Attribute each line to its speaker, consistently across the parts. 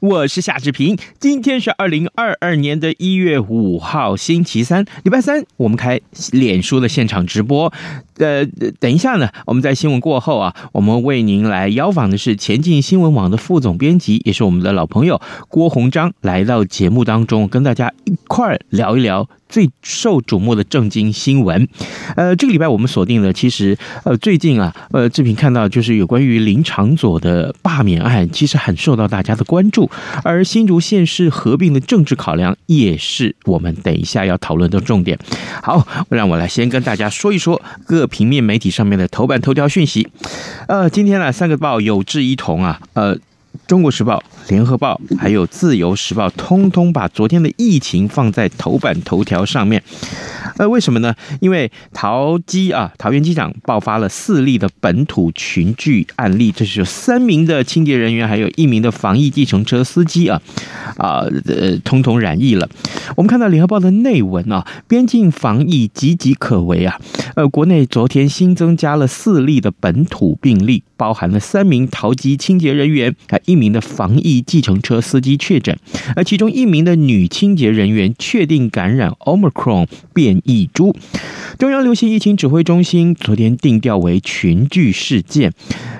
Speaker 1: 我是夏志平。今天是二零二二年的一月五号，星期三，礼拜三，我们开脸书的现场直播。呃，等一下呢，我们在新闻过后啊，我们为您来邀访的是前进新闻网的副总编辑，也是我们的老朋友郭鸿章，来到节目当中，跟大家一块儿聊一聊最受瞩目的政经新闻。呃，这个礼拜我们锁定了，其实呃最近啊，呃志平看到就是有关于林长佐的罢免案，其实很受到大家的关注，而新竹县市合并的政治考量也是我们等一下要讨论的重点。好，让我来先跟大家说一说各平面媒体上面的头版头条讯息。呃，今天呢，三个报有志一同啊，呃。中国时报、联合报还有自由时报，通通把昨天的呃疫情放在头版头条上面。呃，为什么呢？因为桃机啊，桃园机场爆发了四例的本土群聚案例，这是有三名的清洁人员，还有一名的防疫计程车司机啊，啊呃，通通染疫了。我们看到联合报的内文啊，边境防疫岌岌可危啊。呃，国内昨天新增加了四例的本土病例，包含了三名桃机清洁人员，还一名的防疫计程车司机确诊，而其中一名的女清洁人员确定感染 Omicron 变异株。中央流行疫情指挥中心昨天定调为群聚事件。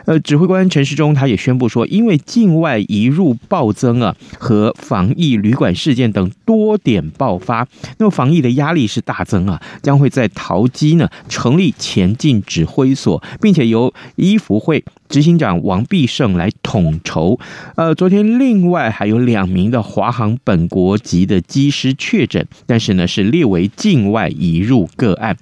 Speaker 1: 呃，指挥官陈时中他也宣布说，因为境外移入暴增啊和防疫旅馆事件等多点爆发，那么防疫的压力是大增啊，将会在桃机呢成立前进指挥所，并且由医福会。执行长王必胜来统筹。呃，昨天另外还有两名的华航本国籍的机师确诊，但是呢是列为境外移入个案。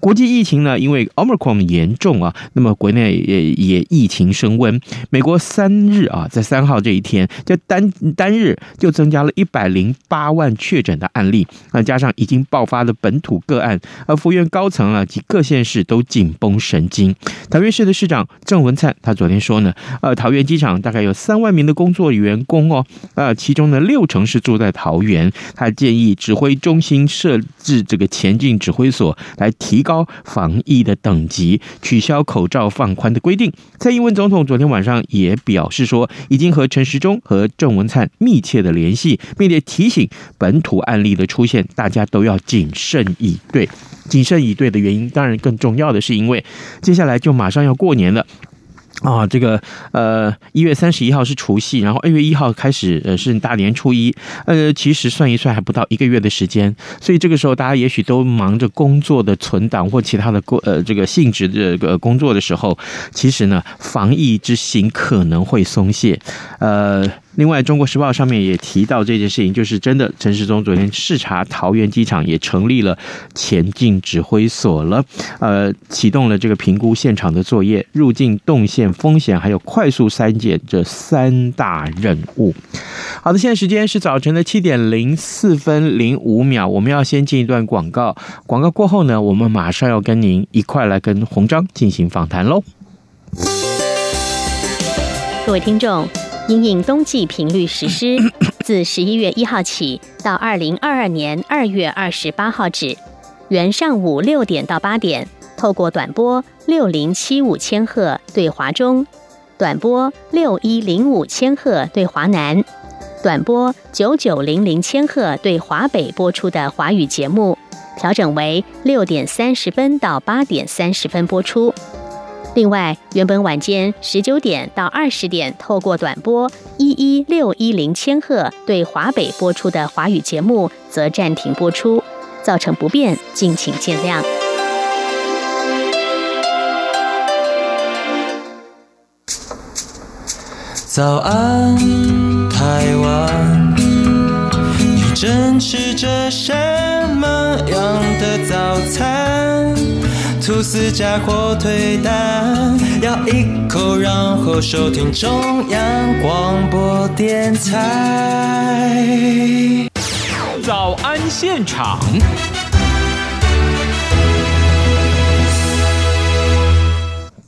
Speaker 1: 国际疫情呢，因为 Omicron 严重啊，那么国内也也疫情升温。美国三日啊，在三号这一天，这单单日就增加了一百零八万确诊的案例，那加上已经爆发的本土个案，而福院高层啊及各县市都紧绷神经。桃园市的市长郑文灿，他昨天说呢，呃，桃园机场大概有三万名的工作员工哦，呃，其中呢六成是住在桃园。他建议指挥中心设置这个前进指挥所，来提高防疫的等级，取消口罩放宽的规定。蔡英文总统昨天晚上也表示说，已经和陈时中和郑文灿密切的联系，并且提醒本土案例的出现，大家都要谨慎以对。谨慎以对的原因，当然更重要的是因为接下来就马上要过年了。啊，这个呃，一月三十一号是除夕，然后二月一号开始，呃，是大年初一，呃，其实算一算还不到一个月的时间，所以这个时候大家也许都忙着工作的存档或其他的工呃这个性质的呃工作的时候，其实呢，防疫之行可能会松懈，呃。另外，《中国时报》上面也提到这件事情，就是真的，陈时中昨天视察桃园机场，也成立了前进指挥所了，呃，启动了这个评估现场的作业、入境动线风险，还有快速筛检这三大任务。好的，现在时间是早晨的七点零四分零五秒，我们要先进一段广告，广告过后呢，我们马上要跟您一块来跟洪章进行访谈喽。
Speaker 2: 各位听众，因应冬季频率实施，自十一月一号起到二零二二年二月二十八号止，原上午六点到八点，透过短波六零七五千赫对华中，短波六一零五千赫对华南，短波九九零零千赫对华北播出的华语节目，调整为六点三十分到八点三十分播出。另外，原本晚间十九点到二十点，透过短波一一六一零千赫对华北播出的华语节目，则暂停播出，造成不便，敬请见谅。
Speaker 3: 早安，台湾，你正吃着什么样的早餐，吐司加火腿蛋，咬一口，然后收听中央广播电台。
Speaker 1: 早安现场，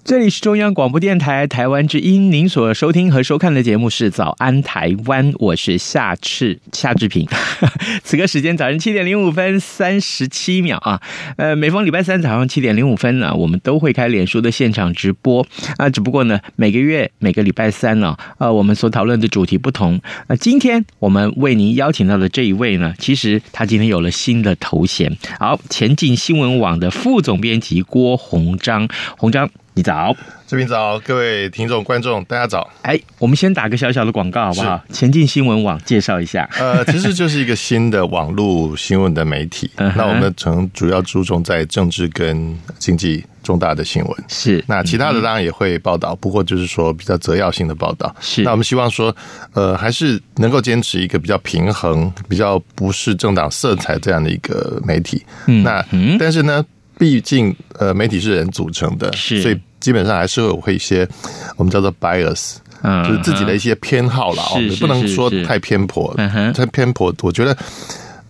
Speaker 1: 这里是中央广播电台台湾之音，您所收听和收看的节目是《早安台湾》，我是夏志夏志平。 此刻时间早晨七点零五分三十七秒啊，呃，每逢礼拜三早上七点零五分呢，我们都会开脸书的现场直播啊，只不过呢，每个月每个礼拜三呢、呃，我们所讨论的主题不同，那今天我们为您邀请到的这一位呢，其实他今天有了新的头衔，好，前进新闻网的副总编辑郭鸿章，鸿章。你早，
Speaker 4: 这边早，各位听众观众，大家早。
Speaker 1: 哎，我们先打个小小的广告好不好？前进新闻网介绍一下，
Speaker 4: 呃，其实就是一个新的网络新闻的媒体。
Speaker 1: 嗯哼
Speaker 4: 那我们从主要注重在政治跟经济重大的新闻。
Speaker 1: 是
Speaker 4: 那其他的当然也会报道，不过就是说比较择要性的报道。
Speaker 1: 嗯是
Speaker 4: 那我们希望说，呃，还是能够坚持一个比较平衡、比较不是政党色彩这样的一个媒体。
Speaker 1: 嗯
Speaker 4: 那
Speaker 1: 嗯
Speaker 4: 但是呢，毕竟呃，媒体是人组成的，
Speaker 1: 是
Speaker 4: 所以基本上还是会有一些我们叫做 bias。
Speaker 1: 嗯
Speaker 4: 就是自己的一些偏好啦，哦
Speaker 1: 是是，
Speaker 4: 不能
Speaker 1: 是
Speaker 4: 说
Speaker 1: 是
Speaker 4: 太偏颇
Speaker 1: 嗯哼，
Speaker 4: 太偏颇，我觉得。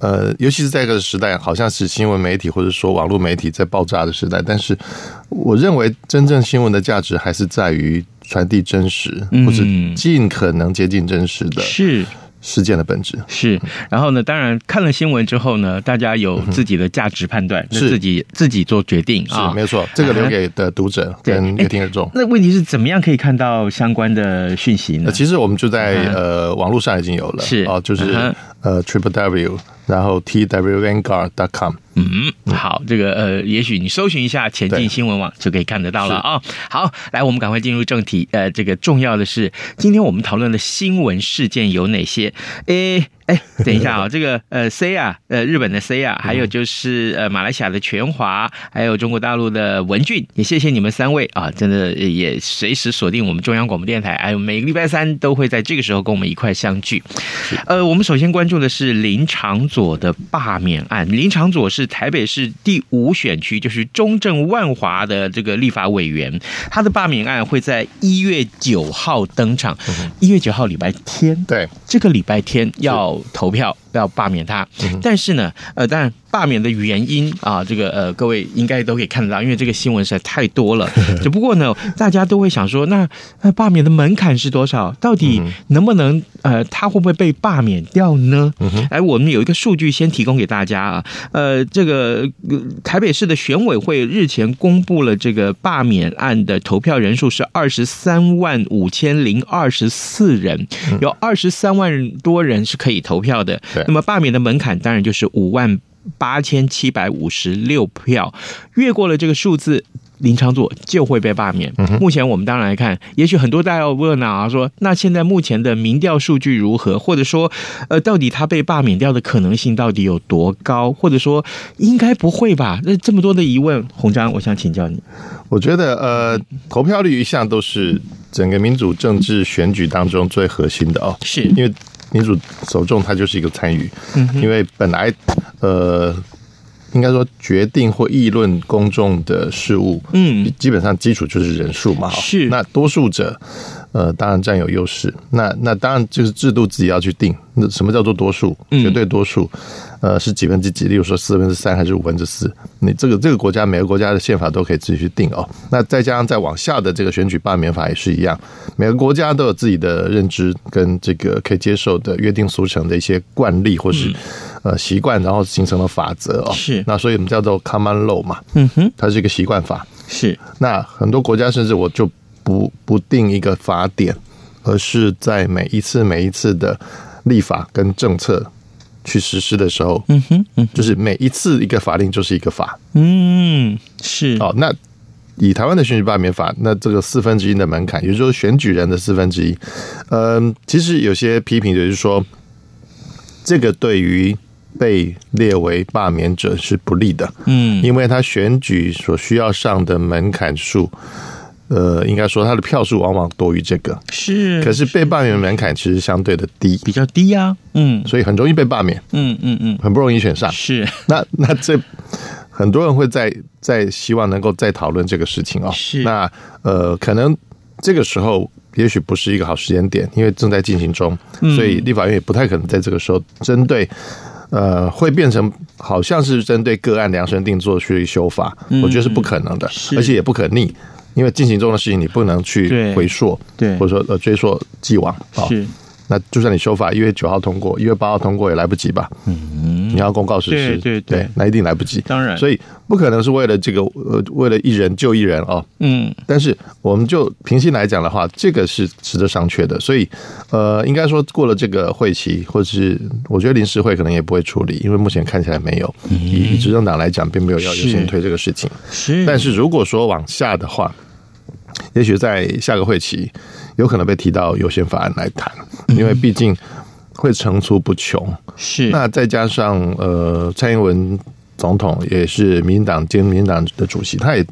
Speaker 4: 呃，尤其是在一个时代，好像是新闻媒体或者说网络媒体在爆炸的时代，但是我认为真正新闻的价值还是在于传递真实，
Speaker 1: 嗯
Speaker 4: 或者尽可能接近真实的
Speaker 1: 是。
Speaker 4: 事件的本质。
Speaker 1: 是，然后呢？当然看了新闻之后呢，大家有自己的价值判断，那
Speaker 4: 是
Speaker 1: 自己自己做决定
Speaker 4: 是
Speaker 1: 啊，，
Speaker 4: 没有错，这个留给的读者跟
Speaker 1: 对哎
Speaker 4: 乐听众。
Speaker 1: 那问题是怎么样可以看到相关的讯息呢
Speaker 4: 那？其实我们就在
Speaker 1: 嗯哼
Speaker 4: 呃网络上已经有了，
Speaker 1: 是
Speaker 4: 哦，就是
Speaker 1: 嗯
Speaker 4: 呃 triple w，然后 t w vanguard dot com，
Speaker 1: 嗯，好，这个呃，也许你搜寻一下前进新闻网就可以看得到了啊、好，来，我们赶快进入正题。呃，这个重要的是，今天我们讨论的新闻事件有哪些？诶。哎，等一下啊、这个呃，C 啊，呃，日本的 C 啊，还有就是呃，马来西亚的全华，还有中国大陆的文俊，也谢谢你们三位啊，真的呃也随时锁定我们中央广播电台，还有每个礼拜三都会在这个时候跟我们一块相聚。呃，我们首先关注的是林长佐的罢免案。林长佐是台北市第五选区，就是中正万华的这个立法委员，他的罢免案会在一月九号登场。一月九号礼拜天，
Speaker 4: 对，
Speaker 1: 这个礼拜天要投票要罢免他，但是呢，呃，当然罢免的原因啊，这个呃，各位应该都可以看得到，因为这个新闻实在太多了。只不过呢，大家都会想说，那那罢免的门槛是多少？到底能不能呃，他会不会被罢免掉呢？哎，我们有一个数据先提供给大家啊，呃，这个呃台北市的选委会日前公布了这个罢免案的投票人数是二十三万五千零二十四人，有二十三万多人是可以投票的
Speaker 4: 对。
Speaker 1: 那么罢免的门槛当然就是五万八千七百五十六票，越过了这个数字。林长佐就会被罢免。目前我们当然来看，也许很多大家有问啊，说那现在目前的民调数据如何，或者说，呃，到底他被罢免掉的可能性到底有多高，或者说应该不会吧？那这么多的疑问，洪章，我想请教你。
Speaker 4: 我觉得呃，投票率一向都是整个民主政治选举当中最核心的哦，
Speaker 1: 是
Speaker 4: 因为民主首重它就是一个参与，
Speaker 1: 嗯
Speaker 4: 因为本来呃，应该说决定或议论公众的事物，
Speaker 1: 嗯，
Speaker 4: 基本上基础就是人数嘛，哈哦
Speaker 1: 是
Speaker 4: 那多数者。呃，当然占有优势。那那当然就是制度自己要去定。那什么叫做多数？
Speaker 1: 嗯
Speaker 4: 绝对多数，呃，是几分之几？例如说四分之三还是五分之四？你这个这个国家每个国家的宪法都可以自己去定哦。那再加上再往下的这个选举罢免法也是一样，每个国家都有自己的认知跟这个可以接受的约定俗成的一些惯例或是、呃习惯，然后形成了法则哦。
Speaker 1: 嗯是
Speaker 4: 那所以我们叫做 common law 嘛，
Speaker 1: 嗯哼，
Speaker 4: 它是一个习惯法。
Speaker 1: 是
Speaker 4: 那很多国家甚至我就不不定一个法典，而是在每一次每一次的立法跟政策去实施的时候，嗯
Speaker 1: 哼，
Speaker 4: 就是每一次一个法令就是一个法。
Speaker 1: 嗯，是
Speaker 4: 哦，那以台湾的选举罢免法，那这个四分之一的门槛，也就是说选举人的四分之一，嗯，其实有些批评者就是说，这个对于被列为罢免者是不利的，
Speaker 1: 嗯
Speaker 4: 因为他选举所需要上的门槛数，呃，应该说它的票数往往多于这个，
Speaker 1: 是，
Speaker 4: 可是被罢免门槛其实相对的低，
Speaker 1: 比较低呀、嗯
Speaker 4: 所以很容易被罢免，
Speaker 1: 嗯嗯嗯，
Speaker 4: 很不容易选上。
Speaker 1: 是
Speaker 4: 那那这很多人会在在希望能够再讨论这个事情哦。
Speaker 1: 是
Speaker 4: 那呃，可能这个时候也许不是一个好时间点，因为正在进行中，
Speaker 1: 嗯
Speaker 4: 所以立法院也不太可能在这个时候针对。呃，会变成好像是针对个案量身定做去修法，我觉得是不可能的，
Speaker 1: 嗯是
Speaker 4: 而且也不可逆，因为进行中的事情你不能去
Speaker 1: 对
Speaker 4: 回溯，
Speaker 1: 对
Speaker 4: 或者说呃追溯既往啊。哦
Speaker 1: 是，
Speaker 4: 那就算你修法一月九号通过，一月八号通过也来不及吧？嗯，你要公告实施，
Speaker 1: 对对对
Speaker 4: 那一定来不及。
Speaker 1: 当然
Speaker 4: 所以不可能是为了这个呃，为了一人救一人哦。
Speaker 1: 嗯
Speaker 4: 但是我们就平心来讲的话，这个是值得商榷的。所以，呃，应该说过了这个会期，或者是我觉得临时会可能也不会处理，因为目前看起来没有。以以执政党来讲，并没有要优先
Speaker 1: 是
Speaker 4: 推这个事情。
Speaker 1: 是，
Speaker 4: 但是如果说往下的话，也许在下个会期有可能被提到优先法案来谈，
Speaker 1: 嗯
Speaker 4: 因为毕竟会层出不穷。
Speaker 1: 是
Speaker 4: 那再加上呃，蔡英文总统也是民进党兼民进党的主席，他也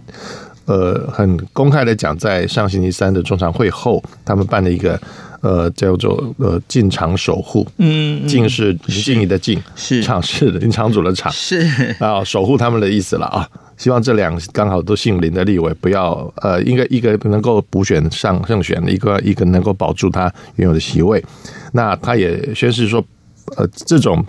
Speaker 4: 呃很公开的讲，在上星期三的中常会后，他们办了一个呃叫做呃进场守护，
Speaker 1: 嗯嗯
Speaker 4: 进是林静怡的进，
Speaker 1: 是
Speaker 4: 场是林场主的场，
Speaker 1: 是
Speaker 4: 啊，守护他们的意思了啊。希望这两个刚好都姓林的立委不要呃，应该一个能够补选上胜选，一个一个能够保住他原有的席位。那他也宣示说，呃，这种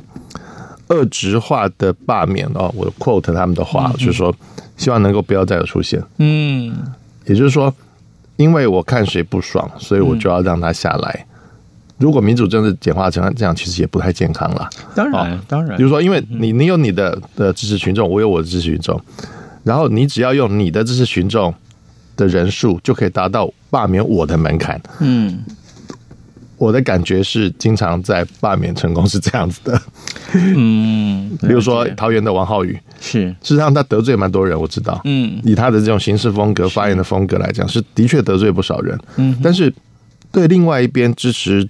Speaker 4: 恶职化的罢免哦，我 quote 他们的话，就是说，希望能够不要再有出现。
Speaker 1: 嗯
Speaker 4: 也就是说，因为我看谁不爽，所以我就要让他下来。如果民主政治简化成这样，其实也不太健康了。
Speaker 1: 当然、
Speaker 4: 哦
Speaker 1: 当然
Speaker 4: 比如说，因为你你有你的的支持群众，我有我的支持群众，然后你只要用你的支持群众的人数，就可以达到罢免我的门槛。
Speaker 1: 嗯
Speaker 4: 我的感觉是，经常在罢免成功是这样子的。
Speaker 1: 嗯，
Speaker 4: 比如说
Speaker 1: 了解
Speaker 4: 桃园的王浩宇，
Speaker 1: 是
Speaker 4: 事实上他得罪蛮多人，我知道。
Speaker 1: 嗯
Speaker 4: 以他的这种行事风格、发言的风格来讲，是的确得罪不少人。嗯，但是对另外一边支持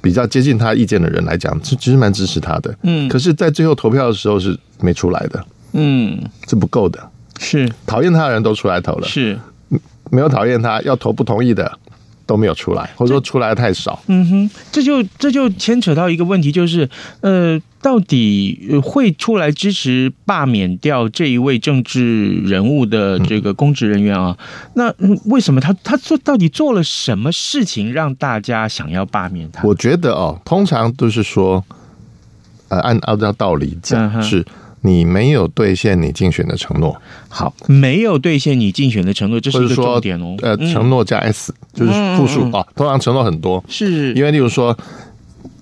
Speaker 4: 比较接近他意见的人来讲，是其实蛮支持他的。
Speaker 1: 嗯
Speaker 4: 可是，在最后投票的时候是没出来的，
Speaker 1: 嗯
Speaker 4: 是不够的。
Speaker 1: 是
Speaker 4: 讨厌他的人都出来投了，
Speaker 1: 是
Speaker 4: 没有讨厌他要投不同意的都没有出来，或者说出来的太少。
Speaker 1: 嗯哼，这就这就牵扯到一个问题，就是呃，到底呃会出来支持罢免掉这一位政治人物的
Speaker 4: 嗯
Speaker 1: 这个公职人员啊？那嗯为什么他他做到底做了什么事情让大家想要罢免他？
Speaker 4: 我觉得哦，通常都是说，呃，按按照道理
Speaker 1: 嗯
Speaker 4: 讲，
Speaker 1: 哼
Speaker 4: 是你没有兑现你竞选的承诺。
Speaker 1: 好，没有兑现你竞选的承诺，这
Speaker 4: 或
Speaker 1: 是一
Speaker 4: 者
Speaker 1: 个
Speaker 4: 说
Speaker 1: 重点哦。
Speaker 4: 呃，
Speaker 1: 嗯
Speaker 4: 承诺加 S、就是复数
Speaker 1: 嗯嗯
Speaker 4: 啊，通常承诺很多，
Speaker 1: 是
Speaker 4: 因为例如说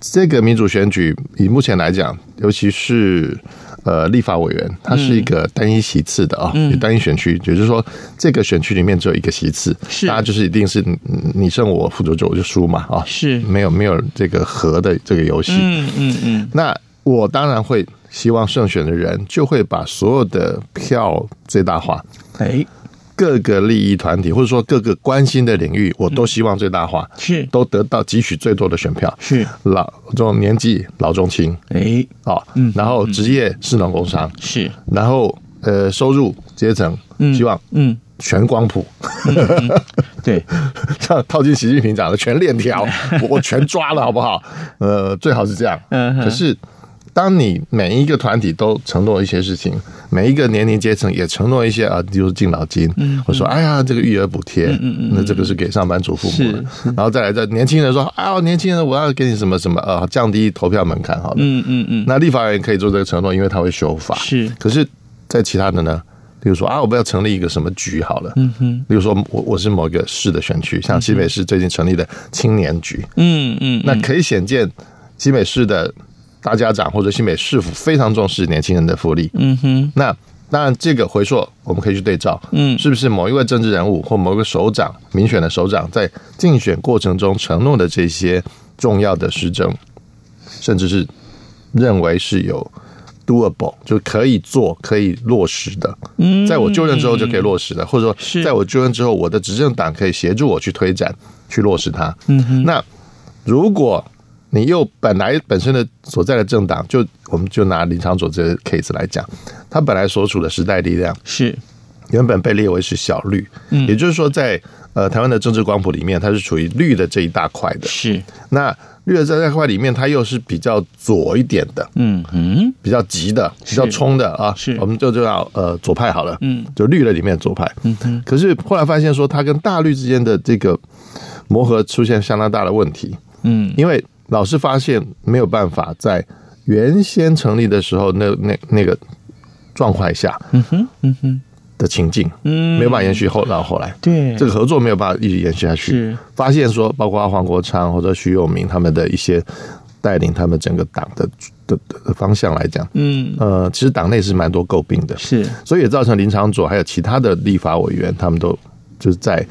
Speaker 4: 这个民主选举，以目前来讲，尤其是呃立法委员，它是一
Speaker 1: 嗯
Speaker 4: 个单一席次的啊，有单一选区，也就是说这个选区里面只有一个席次，
Speaker 1: 是
Speaker 4: 大家就是一定是你你胜我负，我就我就输嘛啊，
Speaker 1: 是
Speaker 4: 没有没有这个和的这个游戏，
Speaker 1: 嗯嗯嗯，
Speaker 4: 那我当然会希望胜选的人就会把所有的票最大化，
Speaker 1: 哎，
Speaker 4: 各个利益团体，或者说各个关心的领域，我
Speaker 1: 嗯
Speaker 4: 都希望最大化，
Speaker 1: 是
Speaker 4: 都得到汲取最多的选票。
Speaker 1: 是
Speaker 4: 老这种年纪老中青
Speaker 1: 哎
Speaker 4: 啊、
Speaker 1: 嗯
Speaker 4: 然后职业是农工商，
Speaker 1: 是
Speaker 4: 然后呃收入阶层，
Speaker 1: 嗯
Speaker 4: 希望
Speaker 1: 嗯
Speaker 4: 全光谱，
Speaker 1: 对
Speaker 4: 这样套进习近平讲的全 链条，我我全抓了好不好？呃，最好是这样。
Speaker 1: 嗯哼
Speaker 4: 可是当你每一个团体都承诺一些事情，每一个年龄阶层也承诺一些啊，比如敬老金，
Speaker 1: 嗯
Speaker 4: 我说哎呀，这个育儿补贴，那这个是给上班族父母的，然后再来这年轻人说啊，年轻人我要给你什么什么呃，降低投票门槛好了。
Speaker 1: 嗯嗯嗯
Speaker 4: 那立法委员可以做这个承诺，因为他会修法。
Speaker 1: 是
Speaker 4: 可是，在其他的呢，例如说啊，我们要成立一个什么局好了，嗯哼，例如说我我是某一个市的选区，像西北市最近成立的青年局，
Speaker 1: 嗯嗯
Speaker 4: 那可以显见西北市的大家长或者西北市府非常重视年轻人的福利，
Speaker 1: 嗯哼
Speaker 4: 那当然，这个回溯我们可以去对照，
Speaker 1: 嗯
Speaker 4: 是不是某一位政治人物或某一个首长民选的首长在竞选过程中承诺的这些重要的施政，甚至是认为是有 doable，就是可以做、可以落实的，嗯，在我就任之后就可以落实的，或者说
Speaker 1: 是
Speaker 4: 在我就任之后，我的执政党可以协助我去推展、去落实它。嗯，那如果你又本来本身的所在的政党，就我们就拿林长佐这个 case 来讲，他本来所处的时代力量
Speaker 1: 是
Speaker 4: 原本被列为是小绿，嗯，也就是说在呃台湾的政治光谱里面，它是处于绿的这一大块的。
Speaker 1: 是，
Speaker 4: 那绿的这一大块里面，它又是比较左一点的，
Speaker 1: 嗯嗯，
Speaker 4: 比较急的，比较冲的啊，
Speaker 1: 是
Speaker 4: 我们就就要呃左派好了，
Speaker 1: 嗯，
Speaker 4: 就绿的里面的左派，嗯
Speaker 1: 哼，
Speaker 4: 可是后来发现说，它跟大绿之间的这个磨合出现相当大的问题，
Speaker 1: 嗯，
Speaker 4: 因为老是发现没有办法在原先成立的时候那那那个状况下，嗯哼，嗯哼嗯的情境，
Speaker 1: 嗯
Speaker 4: 没有办法延续后到后来，
Speaker 1: 对
Speaker 4: 这个合作没有办法一直延续下去
Speaker 1: 是。
Speaker 4: 发现说，包括黄国昌或者徐永明他们的一些带领他们整个党的的的的方向来讲，
Speaker 1: 嗯
Speaker 4: 呃，其实党内是蛮多诟病的，
Speaker 1: 是，
Speaker 4: 所以也造成林长佐还有其他的立法委员，他们都就是在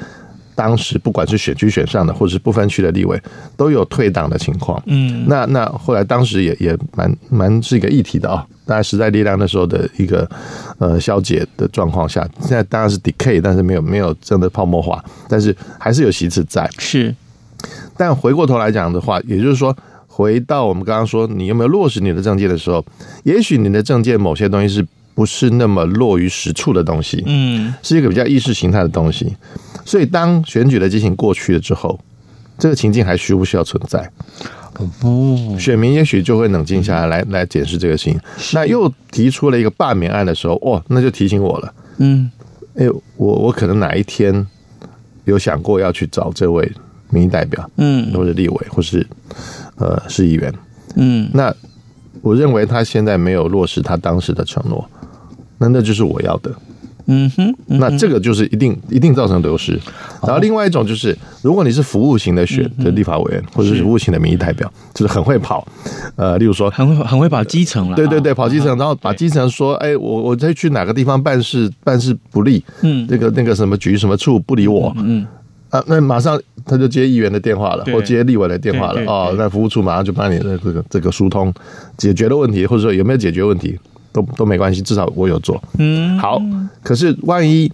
Speaker 4: 当时不管是选区选上的，或者是不分区的立委，都有退党的情况。
Speaker 1: 嗯
Speaker 4: 那那后来当时也也蛮蛮是一个议题的啊、大概时代力量那时候的一个呃消解的状况下，现在当然是 decay，但是没有没有真的泡沫化，但是还是有席次在。
Speaker 1: 是，
Speaker 4: 但回过头来讲的话，也就是说，回到我们刚刚说，你有没有落实你的政见的时候，也许你的政见某些东西是不是那么落于实处的东西，
Speaker 1: 嗯
Speaker 4: 是一个比较意识形态的东西。所以，当选举的激情过去了之后，这个情境还需不需要存在？
Speaker 1: 哦，
Speaker 4: 选民也许就会冷静下来，来来检视这个事情。那又提出了一个罢免案的时候，哦，那就提醒我了。
Speaker 1: 嗯
Speaker 4: 哎，我我可能哪一天有想过要去找这位民意代表，
Speaker 1: 嗯
Speaker 4: 或者立委，或是呃市议员。
Speaker 1: 嗯
Speaker 4: 那我认为他现在没有落实他当时的承诺，那那就是我要的。
Speaker 1: 嗯哼，哦
Speaker 4: 那这个就是一定一定造成流失。然后另外一种就是，如果你是服务型的
Speaker 1: 嗯
Speaker 4: 选的立法委员，或者是服务型的民意代表，就是很会跑，呃，例如说。
Speaker 1: 很会很会跑基层了，
Speaker 4: 对对对，
Speaker 1: 啊，
Speaker 4: 跑基层，然后把基层说，哎，我我再去哪个地方办事，办事不利，
Speaker 1: 嗯
Speaker 4: 那个那个什么局什么处不理我，
Speaker 1: 嗯
Speaker 4: 啊，那马上他就接议员的电话了，
Speaker 1: 对
Speaker 4: 或接立委的电话了
Speaker 1: 对对
Speaker 4: 哦
Speaker 1: 对，
Speaker 4: 那服务处马上就帮你的这个这个疏通解决了问题，或者说有没有解决问题都都没关系，至少我有做。
Speaker 1: 嗯，
Speaker 4: 好，可是万一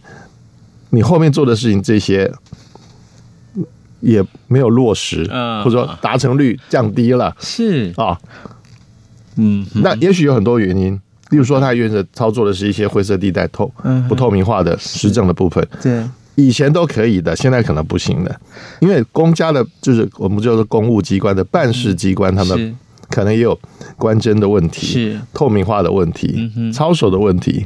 Speaker 4: 你后面做的事情这些也没有落实，
Speaker 1: 嗯
Speaker 4: 或者说达成率降低了
Speaker 1: 是，
Speaker 4: 啊、
Speaker 1: 嗯哼
Speaker 4: 那也许有很多原因。例如说，他原则操作的是一些灰色地带透
Speaker 1: 嗯哼
Speaker 4: 不透明化的施政的部分，
Speaker 1: 对，
Speaker 4: 以前都可以的，现在可能不行了，因为公家的，就是我们就是公务机关的办事机关，他
Speaker 1: 是
Speaker 4: 们可能也有官箴的问题，
Speaker 1: 是嗯
Speaker 4: 透明化的问题，操守的问题，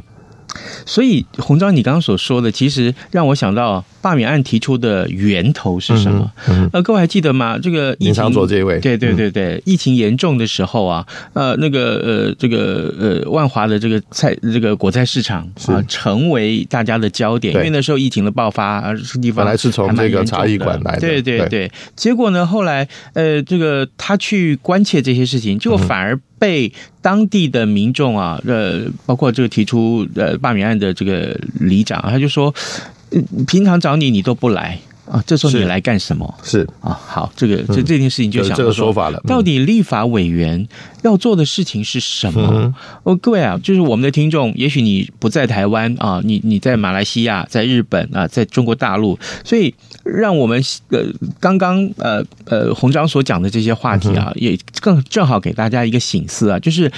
Speaker 1: 所以洪章，你刚刚所说的，其实让我想到罢免案提出的源头是什么？
Speaker 4: 嗯嗯
Speaker 1: 呃，各位还记得吗？这个疫
Speaker 4: 林
Speaker 1: 情
Speaker 4: 长佐这一位嗯
Speaker 1: 对对对对，疫情严重的时候啊，呃，那个呃，这个呃，万华的这个菜这个果菜市场啊
Speaker 4: 是，
Speaker 1: 成为大家的焦点，因
Speaker 4: 对
Speaker 1: 为那时候疫情的爆发，啊，这地方
Speaker 4: 本来是从
Speaker 1: 还蛮
Speaker 4: 这个
Speaker 1: 严重
Speaker 4: 茶艺
Speaker 1: 的
Speaker 4: 馆来的
Speaker 1: 对对
Speaker 4: 对
Speaker 1: 对。结果呢，后来呃，这个他去关切这些事
Speaker 4: 嗯
Speaker 1: 情，结果反而被当地的民众啊，呃，包括这个提出呃罢免案的这个里长啊，他就说，呃平常找你你都不来啊，这时候你
Speaker 4: 是
Speaker 1: 来干什么？
Speaker 4: 是
Speaker 1: 啊，好，这个这这件事情就
Speaker 4: 有
Speaker 1: 想
Speaker 4: 嗯这个
Speaker 1: 到
Speaker 4: 说法了嗯
Speaker 1: 到底立法委员要做的事情是什么
Speaker 4: 嗯？
Speaker 1: 哦，各位啊，就是我们的听众，也许你不在台湾啊，你你在马来西亚、在日本啊，在中国大陆，所以让我们呃刚刚呃呃洪章所讲的这些话题
Speaker 4: 嗯
Speaker 1: 啊，也更正好给大家一个醒思啊，就是。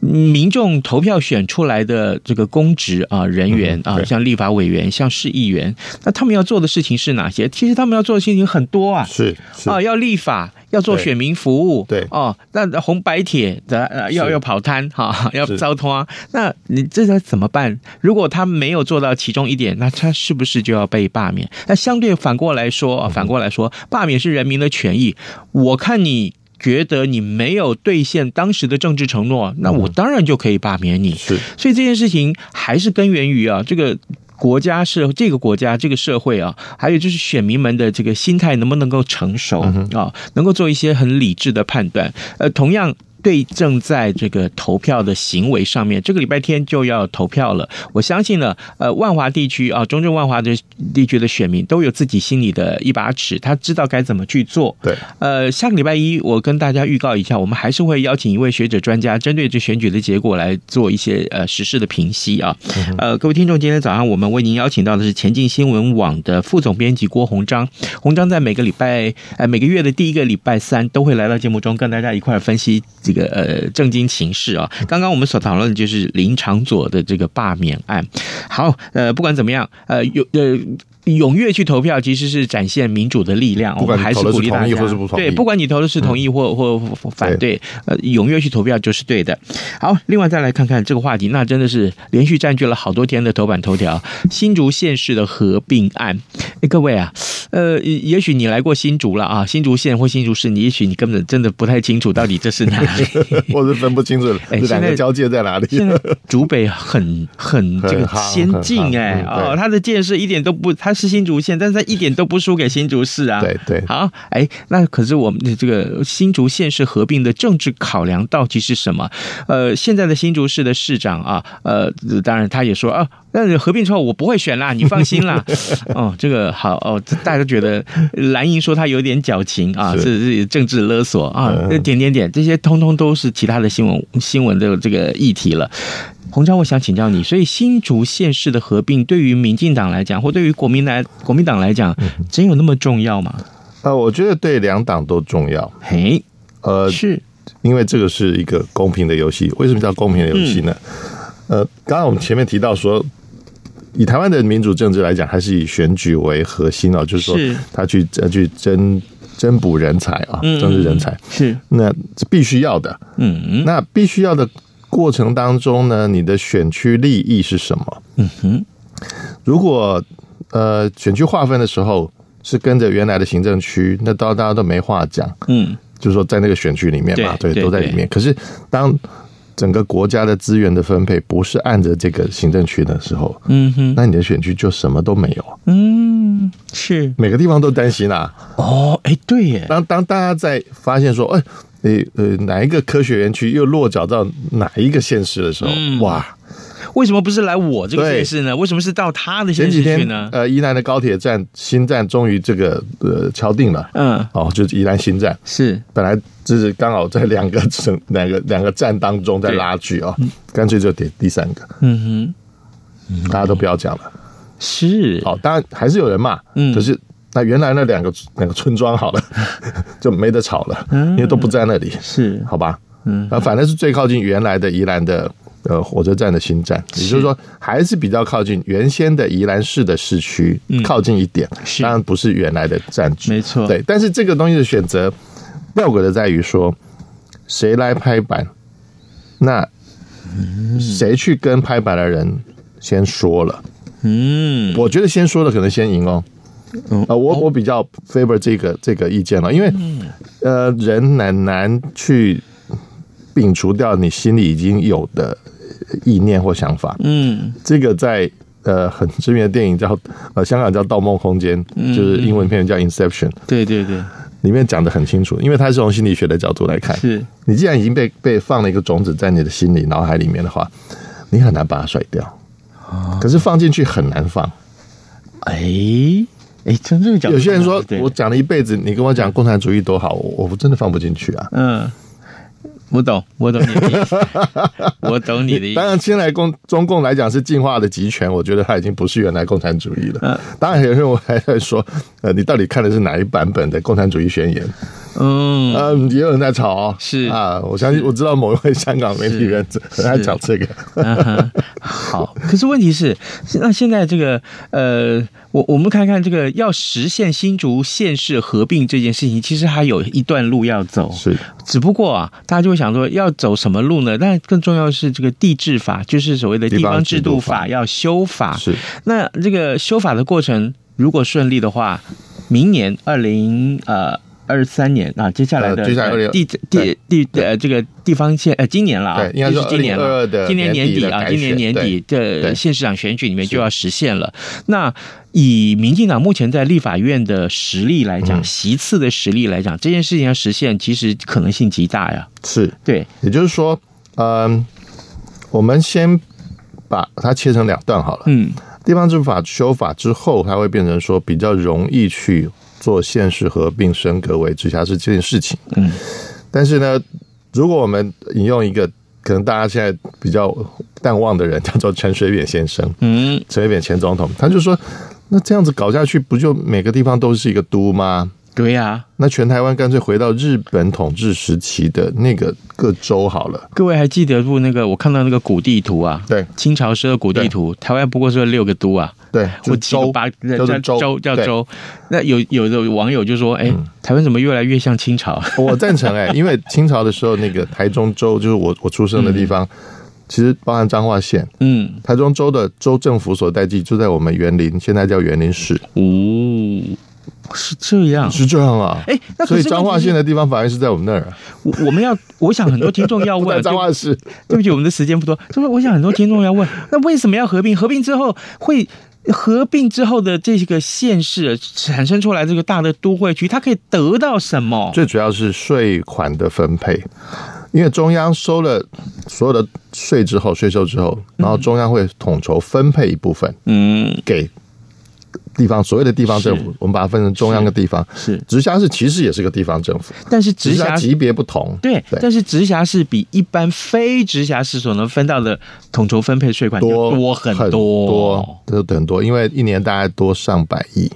Speaker 1: 民众投票选出来的这个公职啊人员
Speaker 4: 嗯
Speaker 1: 啊，
Speaker 4: 对
Speaker 1: 像立法委员、像市议员，那他们要做的事情是哪些？其实他们要做的事情很多啊，
Speaker 4: 是是
Speaker 1: 啊、要立法，要做
Speaker 4: 对
Speaker 1: 选民服务，
Speaker 4: 对
Speaker 1: 哦，那红白铁的、呃、要
Speaker 4: 是
Speaker 1: 要跑摊哈、要
Speaker 4: 是
Speaker 1: 糟通啊，那你这个怎么办？如果他没有做到其中一点，那他是不是就要被罢免？那相对反过来说，啊
Speaker 4: 嗯
Speaker 1: 反过来说，罢免是人民的权益，我看你。觉得你没有兑现当时的政治承诺，那
Speaker 4: 嗯
Speaker 1: 我当然就可以罢免你。
Speaker 4: 是
Speaker 1: 所以这件事情还是根源于啊，这个国家社这个国家这个社会啊，还有就是选民们的这个心态能不能够成熟啊、能够做一些很理智的判断。呃，同样。对正在这个投票的行为上面，这个礼拜天就要投票了。我相信呢，呃，万华地区啊，中正万华的地区的选民都有自己心里的一把尺，他知道该怎么去做。
Speaker 4: 对，
Speaker 1: 呃，下个礼拜一，我跟大家预告一下，我们还是会邀请一位学者专家，针对这选举的结果来做一些呃实事的评析啊。
Speaker 4: 嗯
Speaker 1: 呃，各位听众，今天早上我们为您邀请到的是前进新闻网的副总编辑郭鸿章。鸿章在每个礼拜呃每个月的第一个礼拜三都会来到节目中，跟大家一块儿分析这个呃正经情势啊、刚刚我们所讨论的就是林长佐的这个罢免案。好，呃，不管怎么样，呃，有呃。踊跃去投票，其实是展现民主的力量。
Speaker 4: 不
Speaker 1: 我
Speaker 4: 管
Speaker 1: 们还
Speaker 4: 你投的是
Speaker 1: 鼓励大
Speaker 4: 同意
Speaker 1: 家，
Speaker 4: 或是不同意
Speaker 1: 对，不管你投的
Speaker 4: 嗯
Speaker 1: 是同意或、或或反对，呃，踊跃去投票就是对的。好，另外再来看看这个话题，那真的是连续占据了好多天的头版头条。新竹县市的合并案，诶各位啊，呃，也也许你来过新竹了啊，新竹县或新竹市，你也许你根本真的不太清楚到底这是哪 里。
Speaker 4: 我是分不清楚了 这
Speaker 1: 哎
Speaker 4: 两
Speaker 1: 现
Speaker 4: 个
Speaker 1: 在
Speaker 4: 交界在哪里。
Speaker 1: 现在竹北很很这个先进哎、
Speaker 4: 很夯很夯嗯
Speaker 1: 哦，
Speaker 4: 对
Speaker 1: 它的建设一点都不，它是新竹县，但是它一点都不输给新竹市啊。
Speaker 4: 对对
Speaker 1: 好，哎，那可是我们的这个新竹县市合并的政治考量到底是什么？呃，现在的新竹市的市长啊，呃，当然他也说啊。那合并之后我不会选啦，你放心 啦。哦，这个好哦，这大家觉得蓝营说他有点矫情啊，
Speaker 4: 是
Speaker 1: 这是政治勒索啊，
Speaker 4: 嗯
Speaker 1: 这点点点，这些通通都是其他的新闻新闻的这个议题了。洪章，我想请教你，所以新竹县市的合并对于民进党来讲，或对于国民来国民党来讲，
Speaker 4: 嗯
Speaker 1: 真有那么重要吗？
Speaker 4: 啊，我觉得对两党都重要。
Speaker 1: 嘿，
Speaker 4: 呃，
Speaker 1: 是，
Speaker 4: 因为这个是一个公平的游戏。为什么叫公平的游戏呢？
Speaker 1: 嗯
Speaker 4: 呃，刚刚我们前面提到说，以台湾的民主政治来讲，还是以选举为核心哦，就是
Speaker 1: 是
Speaker 4: 说他去呃去争争补人才啊，
Speaker 1: 嗯
Speaker 4: 政治人才，
Speaker 1: 是，
Speaker 4: 那这必须要的。
Speaker 1: 嗯
Speaker 4: 那必须要的过程当中呢，你的选区利益是什么？嗯哼，如果呃选区划分的时候是跟着原来的行政区，那到大家都没话讲，
Speaker 1: 嗯，
Speaker 4: 就是说在那个选区里面嘛，
Speaker 1: 对
Speaker 4: 对，
Speaker 1: 对
Speaker 4: 都在里面。可是当整个国家的资源的分配不是按着这个行政区的时候，
Speaker 1: 嗯哼，
Speaker 4: 那你的选区就什么都没有，
Speaker 1: 嗯，是，
Speaker 4: 每个地方都担心啦、啊
Speaker 1: 哦，哎，对耶，
Speaker 4: 当当大家在发现说，哎，诶呃，哪一个科学园区又落脚到哪一个县市的时候，
Speaker 1: 嗯
Speaker 4: 哇！
Speaker 1: 为什么不是来我这个
Speaker 4: 对
Speaker 1: 县市呢？为什么是到他的县
Speaker 4: 前几
Speaker 1: 市去
Speaker 4: 天
Speaker 1: 呢？
Speaker 4: 呃，宜兰的高铁站新站终于这个呃敲定了，
Speaker 1: 嗯，
Speaker 4: 哦，就是宜兰新站，
Speaker 1: 是，
Speaker 4: 本来就是刚好在两个省、两个两个站当中在拉锯啊，干脆就点第三个，
Speaker 1: 嗯
Speaker 4: 大家都不要讲了。
Speaker 1: 哼，是，
Speaker 4: 好，当然还是有人骂，
Speaker 1: 嗯
Speaker 4: 可是那原来那两个两个村庄好了， 就没得吵了，因为都不在那里，
Speaker 1: 嗯是，
Speaker 4: 好吧？
Speaker 1: 嗯，
Speaker 4: 啊，反正是最靠近原来的宜兰的呃火车站的新站，也就是说还是比较靠近原先的宜兰市的市区，靠近一点，
Speaker 1: 嗯是
Speaker 4: 当然不是原来的站址，
Speaker 1: 没错
Speaker 4: 对，但是这个东西的选择吊诡的在于说，谁来拍板，那谁去跟拍板的人先说了。
Speaker 1: 嗯，
Speaker 4: 我觉得先说的可能先赢哦。
Speaker 1: 嗯嗯
Speaker 4: 啊、我我比较 favor 这个这个意见了，哦因为呃，人很难去摒除掉你心里已经有的意念或想法。
Speaker 1: 嗯，
Speaker 4: 这个在呃很知名的电影叫呃香港叫《盗梦空间》，
Speaker 1: 嗯
Speaker 4: 就是英文片叫《Inception》，
Speaker 1: 对对对，
Speaker 4: 里面讲的很清楚，因为它是从心理学的角度来看。
Speaker 1: 是，
Speaker 4: 你既然已经被被放了一个种子在你的心里脑海里面的话，你很难把它甩掉。
Speaker 1: 啊
Speaker 4: 可是放进去很难放。
Speaker 1: 哎。哎，从这个角度，
Speaker 4: 有些人说
Speaker 1: 对
Speaker 4: 我讲了一辈子，你跟我讲共产主义多好，我我真的放不进去啊。
Speaker 1: 嗯，我懂，我懂你的 意思，我懂你的意
Speaker 4: 当
Speaker 1: 思。
Speaker 4: 然，先来共中共来讲是进化的集权，我觉得它已经不是原来共产主义
Speaker 1: 嗯
Speaker 4: 了。当然，有人我还在说，呃，你到底看的是哪一版本的《共产主义宣言》？
Speaker 1: 嗯，
Speaker 4: 嗯，也有人在吵哦，
Speaker 1: 是
Speaker 4: 啊，我相信我知道某一位香港媒体人很爱讲这个。
Speaker 1: 嗯哼好。可是问题是，那现在这个呃，我我们看看这个要实现新竹县市合并这件事情，其实还有一段路要走。
Speaker 4: 是，
Speaker 1: 只不过啊，大家就会想说要走什么路呢？但更重要的是，这个地制法，就是所谓的地
Speaker 4: 地
Speaker 1: 方
Speaker 4: 方
Speaker 1: 制
Speaker 4: 制
Speaker 1: 度
Speaker 4: 度
Speaker 1: 法
Speaker 4: 法
Speaker 1: 要修法。
Speaker 4: 是，
Speaker 1: 那这个修法的过程，如果顺利的话，明年二零呃。二三年啊，接下来的
Speaker 4: 呃接下来
Speaker 1: 呃
Speaker 4: 20
Speaker 1: 地地
Speaker 4: 对
Speaker 1: 地呃这个地方县呃今年了啊，
Speaker 4: 对应该
Speaker 1: 就
Speaker 4: 说
Speaker 1: 是今年了，
Speaker 4: 2022的
Speaker 1: 今年
Speaker 4: 年
Speaker 1: 底
Speaker 4: 底的
Speaker 1: 啊，
Speaker 4: 改
Speaker 1: 今年
Speaker 4: 选
Speaker 1: 年底的
Speaker 4: 对
Speaker 1: 县市长选举里面就要实现了。那以民进党目前在立法院的实力来讲，
Speaker 4: 嗯
Speaker 1: 席次的实力来讲，这件事情要实现，其实可能性极大呀。
Speaker 4: 是，
Speaker 1: 对，
Speaker 4: 也就是说，嗯，我们先把它切成两段好了。
Speaker 1: 嗯，
Speaker 4: 地方政府法修法之后，它会变成说比较容易去做县市合并升格为直辖市这件事情。
Speaker 1: 嗯，
Speaker 4: 但是呢，如果我们引用一个可能大家现在比较淡忘的人，叫做陈水扁先生，
Speaker 1: 嗯，
Speaker 4: 陈水扁前总统，他就说，那这样子搞下去，不就每个地方都是一个都吗？
Speaker 1: 对呀、
Speaker 4: 那全台湾干脆回到日本统治时期的那个各州好了。
Speaker 1: 各位还记得不？那个我看到那个古地图啊，
Speaker 4: 对
Speaker 1: 清朝时候的古地图，台湾不过是六个都啊，
Speaker 4: 对，
Speaker 1: 或
Speaker 4: 就
Speaker 1: 七个
Speaker 4: 州
Speaker 1: 八
Speaker 4: 叫做州，
Speaker 1: 州叫
Speaker 4: 对。嗯
Speaker 1: 州。那有有的网友就说，哎，台湾怎么越来越像清朝？
Speaker 4: 我赞成哎、因为清朝的时候，那个台中州就是我我出生的地方，其实包含彰化县，
Speaker 1: 嗯，
Speaker 4: 台中州的州政府所在地就在我们园林，现在叫园林市，
Speaker 1: 哦，是这样。
Speaker 4: 是这样啊。
Speaker 1: 哎那可
Speaker 4: 所
Speaker 1: 是
Speaker 4: 以彰化县的地方法院是在我们那儿啊，
Speaker 1: 我我们要，我想很多听众要
Speaker 4: 不
Speaker 1: 问
Speaker 4: 在
Speaker 1: 啊，
Speaker 4: 彰化市。
Speaker 1: 对不起，我们的时间不多。就是我想很多听众要问， 那为什么要合并？合并之后会合并之后的这个县市产生出来这个大的都会区，它可以得到什么？
Speaker 4: 最主要是税款的分配，因为中央收了所有的税之后，税收之后，然后中央会统筹分配一部分
Speaker 1: 嗯，
Speaker 4: 给地方所谓的地方政府
Speaker 1: 是，
Speaker 4: 我们把它分成中央跟地方。
Speaker 1: 是是
Speaker 4: 直辖市其实也是个地方政府，
Speaker 1: 但是
Speaker 4: 直
Speaker 1: 直
Speaker 4: 辖
Speaker 1: 辖
Speaker 4: 级别不同。
Speaker 1: 对，但是直辖市比一般非直辖市所能分到的统筹分配税款就
Speaker 4: 多
Speaker 1: 多很
Speaker 4: 多，
Speaker 1: 多，
Speaker 4: 多很多，因为一年大概多上百 亿、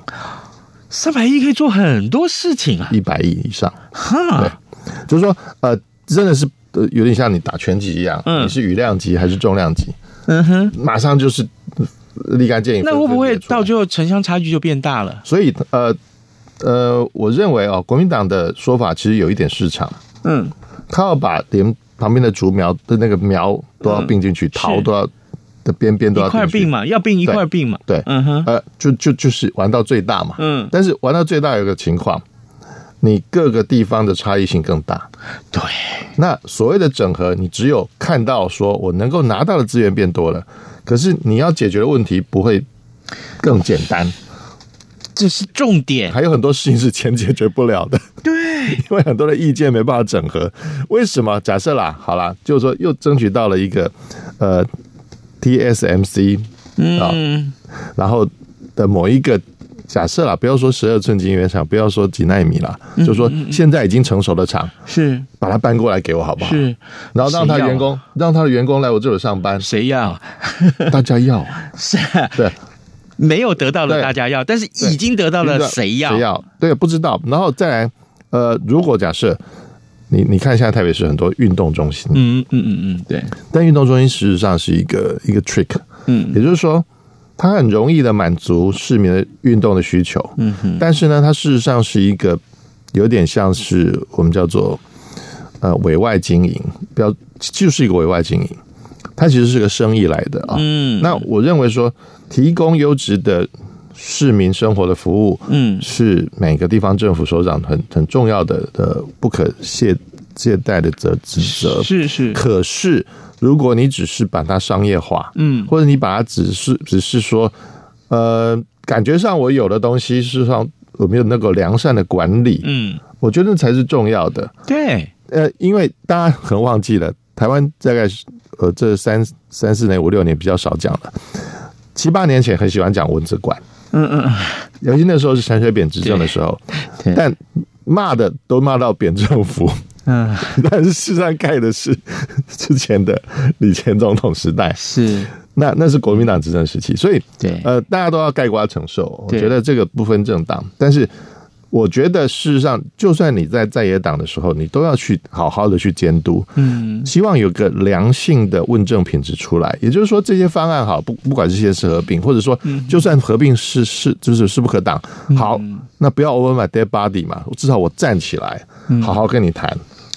Speaker 1: 三百亿可以做很多事情啊！
Speaker 4: 一百亿以上。对
Speaker 1: 哈，
Speaker 4: 就是说，呃，真的是呃，有点像你打拳击一样，
Speaker 1: 嗯
Speaker 4: 你是羽量级还是重量级，
Speaker 1: 嗯哼，
Speaker 4: 马上就是呃立竿见影。
Speaker 1: 那会不会到
Speaker 4: 就？
Speaker 1: 最后城乡差距就变大了？
Speaker 4: 所以，呃呃，我认为哦，国民党的说法其实有一点市场，
Speaker 1: 嗯，
Speaker 4: 他要把连旁边的竹苗的那个苗都要并进去，桃都要的边边都
Speaker 1: 一
Speaker 4: 要
Speaker 1: 块
Speaker 4: 进去
Speaker 1: 并。嘛，要并一
Speaker 4: 对
Speaker 1: 块并嘛，
Speaker 4: 对，
Speaker 1: 嗯哼，
Speaker 4: 呃，就就就是玩到最大嘛。
Speaker 1: 嗯
Speaker 4: 但是玩到最大有个情况，你各个地方的差异性更大。
Speaker 1: 对，
Speaker 4: 那所谓的整合，你只有看到说我能够拿到的资源变多了，可是你要解决的问题不会更简单，
Speaker 1: 这是重点。
Speaker 4: 还有很多事情是钱解决 不了的。对， 因为很多的意见没办法整合。为什么？假设啦，好啦，就是说又争取到了一个呃 TSMC 啊、
Speaker 1: 嗯，
Speaker 4: 然后的某一个假设啦，不要说十二寸晶圆厂，不要说几纳米啦，
Speaker 1: 嗯
Speaker 4: 就说现在已经成熟的厂，
Speaker 1: 是
Speaker 4: 把它搬过来给我好不好？
Speaker 1: 是，
Speaker 4: 然后让他
Speaker 1: 谁要啊，
Speaker 4: 员工，让他的员工来我这里上班
Speaker 1: 谁要？
Speaker 4: 大家 要，
Speaker 1: 是啊
Speaker 4: 对，
Speaker 1: 没有得到的
Speaker 4: 对
Speaker 1: 大家要，但是已经得到
Speaker 4: 到
Speaker 1: 了谁要？
Speaker 4: 谁要？对，不知道。然后再来，呃，如果假设你你看现在台北市很多运动中心，
Speaker 1: 嗯嗯嗯嗯，对，
Speaker 4: 但运动中心事实上是一个一个 trick，
Speaker 1: 嗯
Speaker 4: 也就是说，它很容易的满足市民的运动的需求，嗯但是呢，它事实上是一个有点像是我们叫做呃委外经营，不要就是一个委外经营，它其实是个生意来的啊。
Speaker 1: 嗯
Speaker 4: 那我认为说，提供优质的市民生活的服务，
Speaker 1: 嗯
Speaker 4: 是每个地方政府首长很很重要的的不可懈懈怠的责职责。
Speaker 1: 是是，
Speaker 4: 可是，如果你只是把它商业化，
Speaker 1: 嗯
Speaker 4: 或者你把它只是只是说，呃，感觉上我有的东西，事实上有没有能够良善的管理，
Speaker 1: 嗯，
Speaker 4: 我觉得那才是重要的。
Speaker 1: 对，
Speaker 4: 呃，因为大家很忘记了，台湾大概是呃这三三四年五六年比较少讲了，七八年前很喜欢讲蚊子馆，
Speaker 1: 嗯嗯嗯，
Speaker 4: 尤其那时候是陈水扁执政的时候，
Speaker 1: 对
Speaker 4: 但骂的都骂到扁政府，
Speaker 1: 嗯
Speaker 4: 但是事实上盖的是 之前的李前总统时代，
Speaker 1: 是，
Speaker 4: 那那是国民党执政时期，所以
Speaker 1: 对
Speaker 4: 呃，大家都要盖瓜承受。我
Speaker 1: 哎对
Speaker 4: 觉得这个不分政党，但是我觉得事实上，就算你在在野党的时候，你都要去好好的去监督，
Speaker 1: 嗯
Speaker 4: 希望有个良性的问政品质出来。也就是说，这些方案好，不不管是县市合并，或者说
Speaker 1: 嗯
Speaker 4: 就算合并是是就是势不可挡，好，那不要 over my dead body 嘛，至少我站起来，好好跟你谈。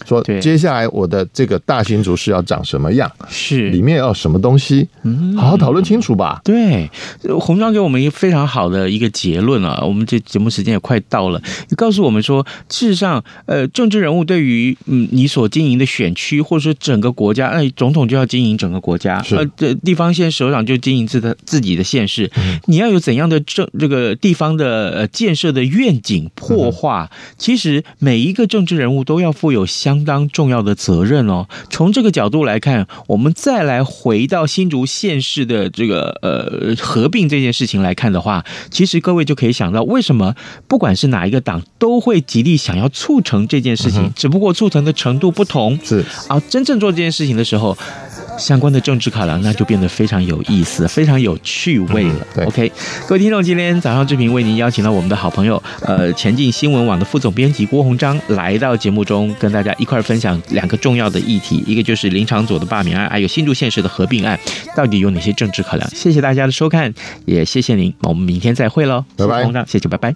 Speaker 4: 说
Speaker 1: 嗯对
Speaker 4: 接下来我的这个大新竹市要长什么样，里
Speaker 1: 是。
Speaker 4: 面要什么东西，
Speaker 1: 嗯
Speaker 4: 好好讨论清楚吧。
Speaker 1: 对，呃红章给我们一个非常好的一个结论啊！我们这节目时间也快到了，也告诉我们说，事实上，呃，政治人物对于嗯你所经营的选区，或者说整个国家，那、哎总统就要经营整个国家，
Speaker 4: 是
Speaker 1: 呃，这地方县首长就经营自的自己的县市，你要有怎样的政这个地方的呃建设的愿景破化，其实每一个政治人物都要负有相当重要的责任哦。从这个角度来看，我们再来回到新竹县市的这个呃合并这件事情来看的话，其实各位就可以想到，为什么不管是哪一个党都会极力想要促成这件事情，只不过促成的程度不同。
Speaker 4: 是
Speaker 1: 啊，真正做这件事情的时候，相关的政治考量，那就变得非常有意思，非常有趣味了。
Speaker 4: 嗯对
Speaker 1: OK，各位听众，今天早上志平为您邀请到我们的好朋友，呃，前进新闻网的副总编辑郭鸿章来到节目中，跟大家一块儿分享两个重要的议题，一个就是林长佐的罢免案，还有新竹县市的合并案，到底有哪些政治考量？谢谢大家的收看，也谢谢您，我们明天再会喽，
Speaker 4: 拜拜
Speaker 1: 谢谢鸿章，谢谢，拜拜。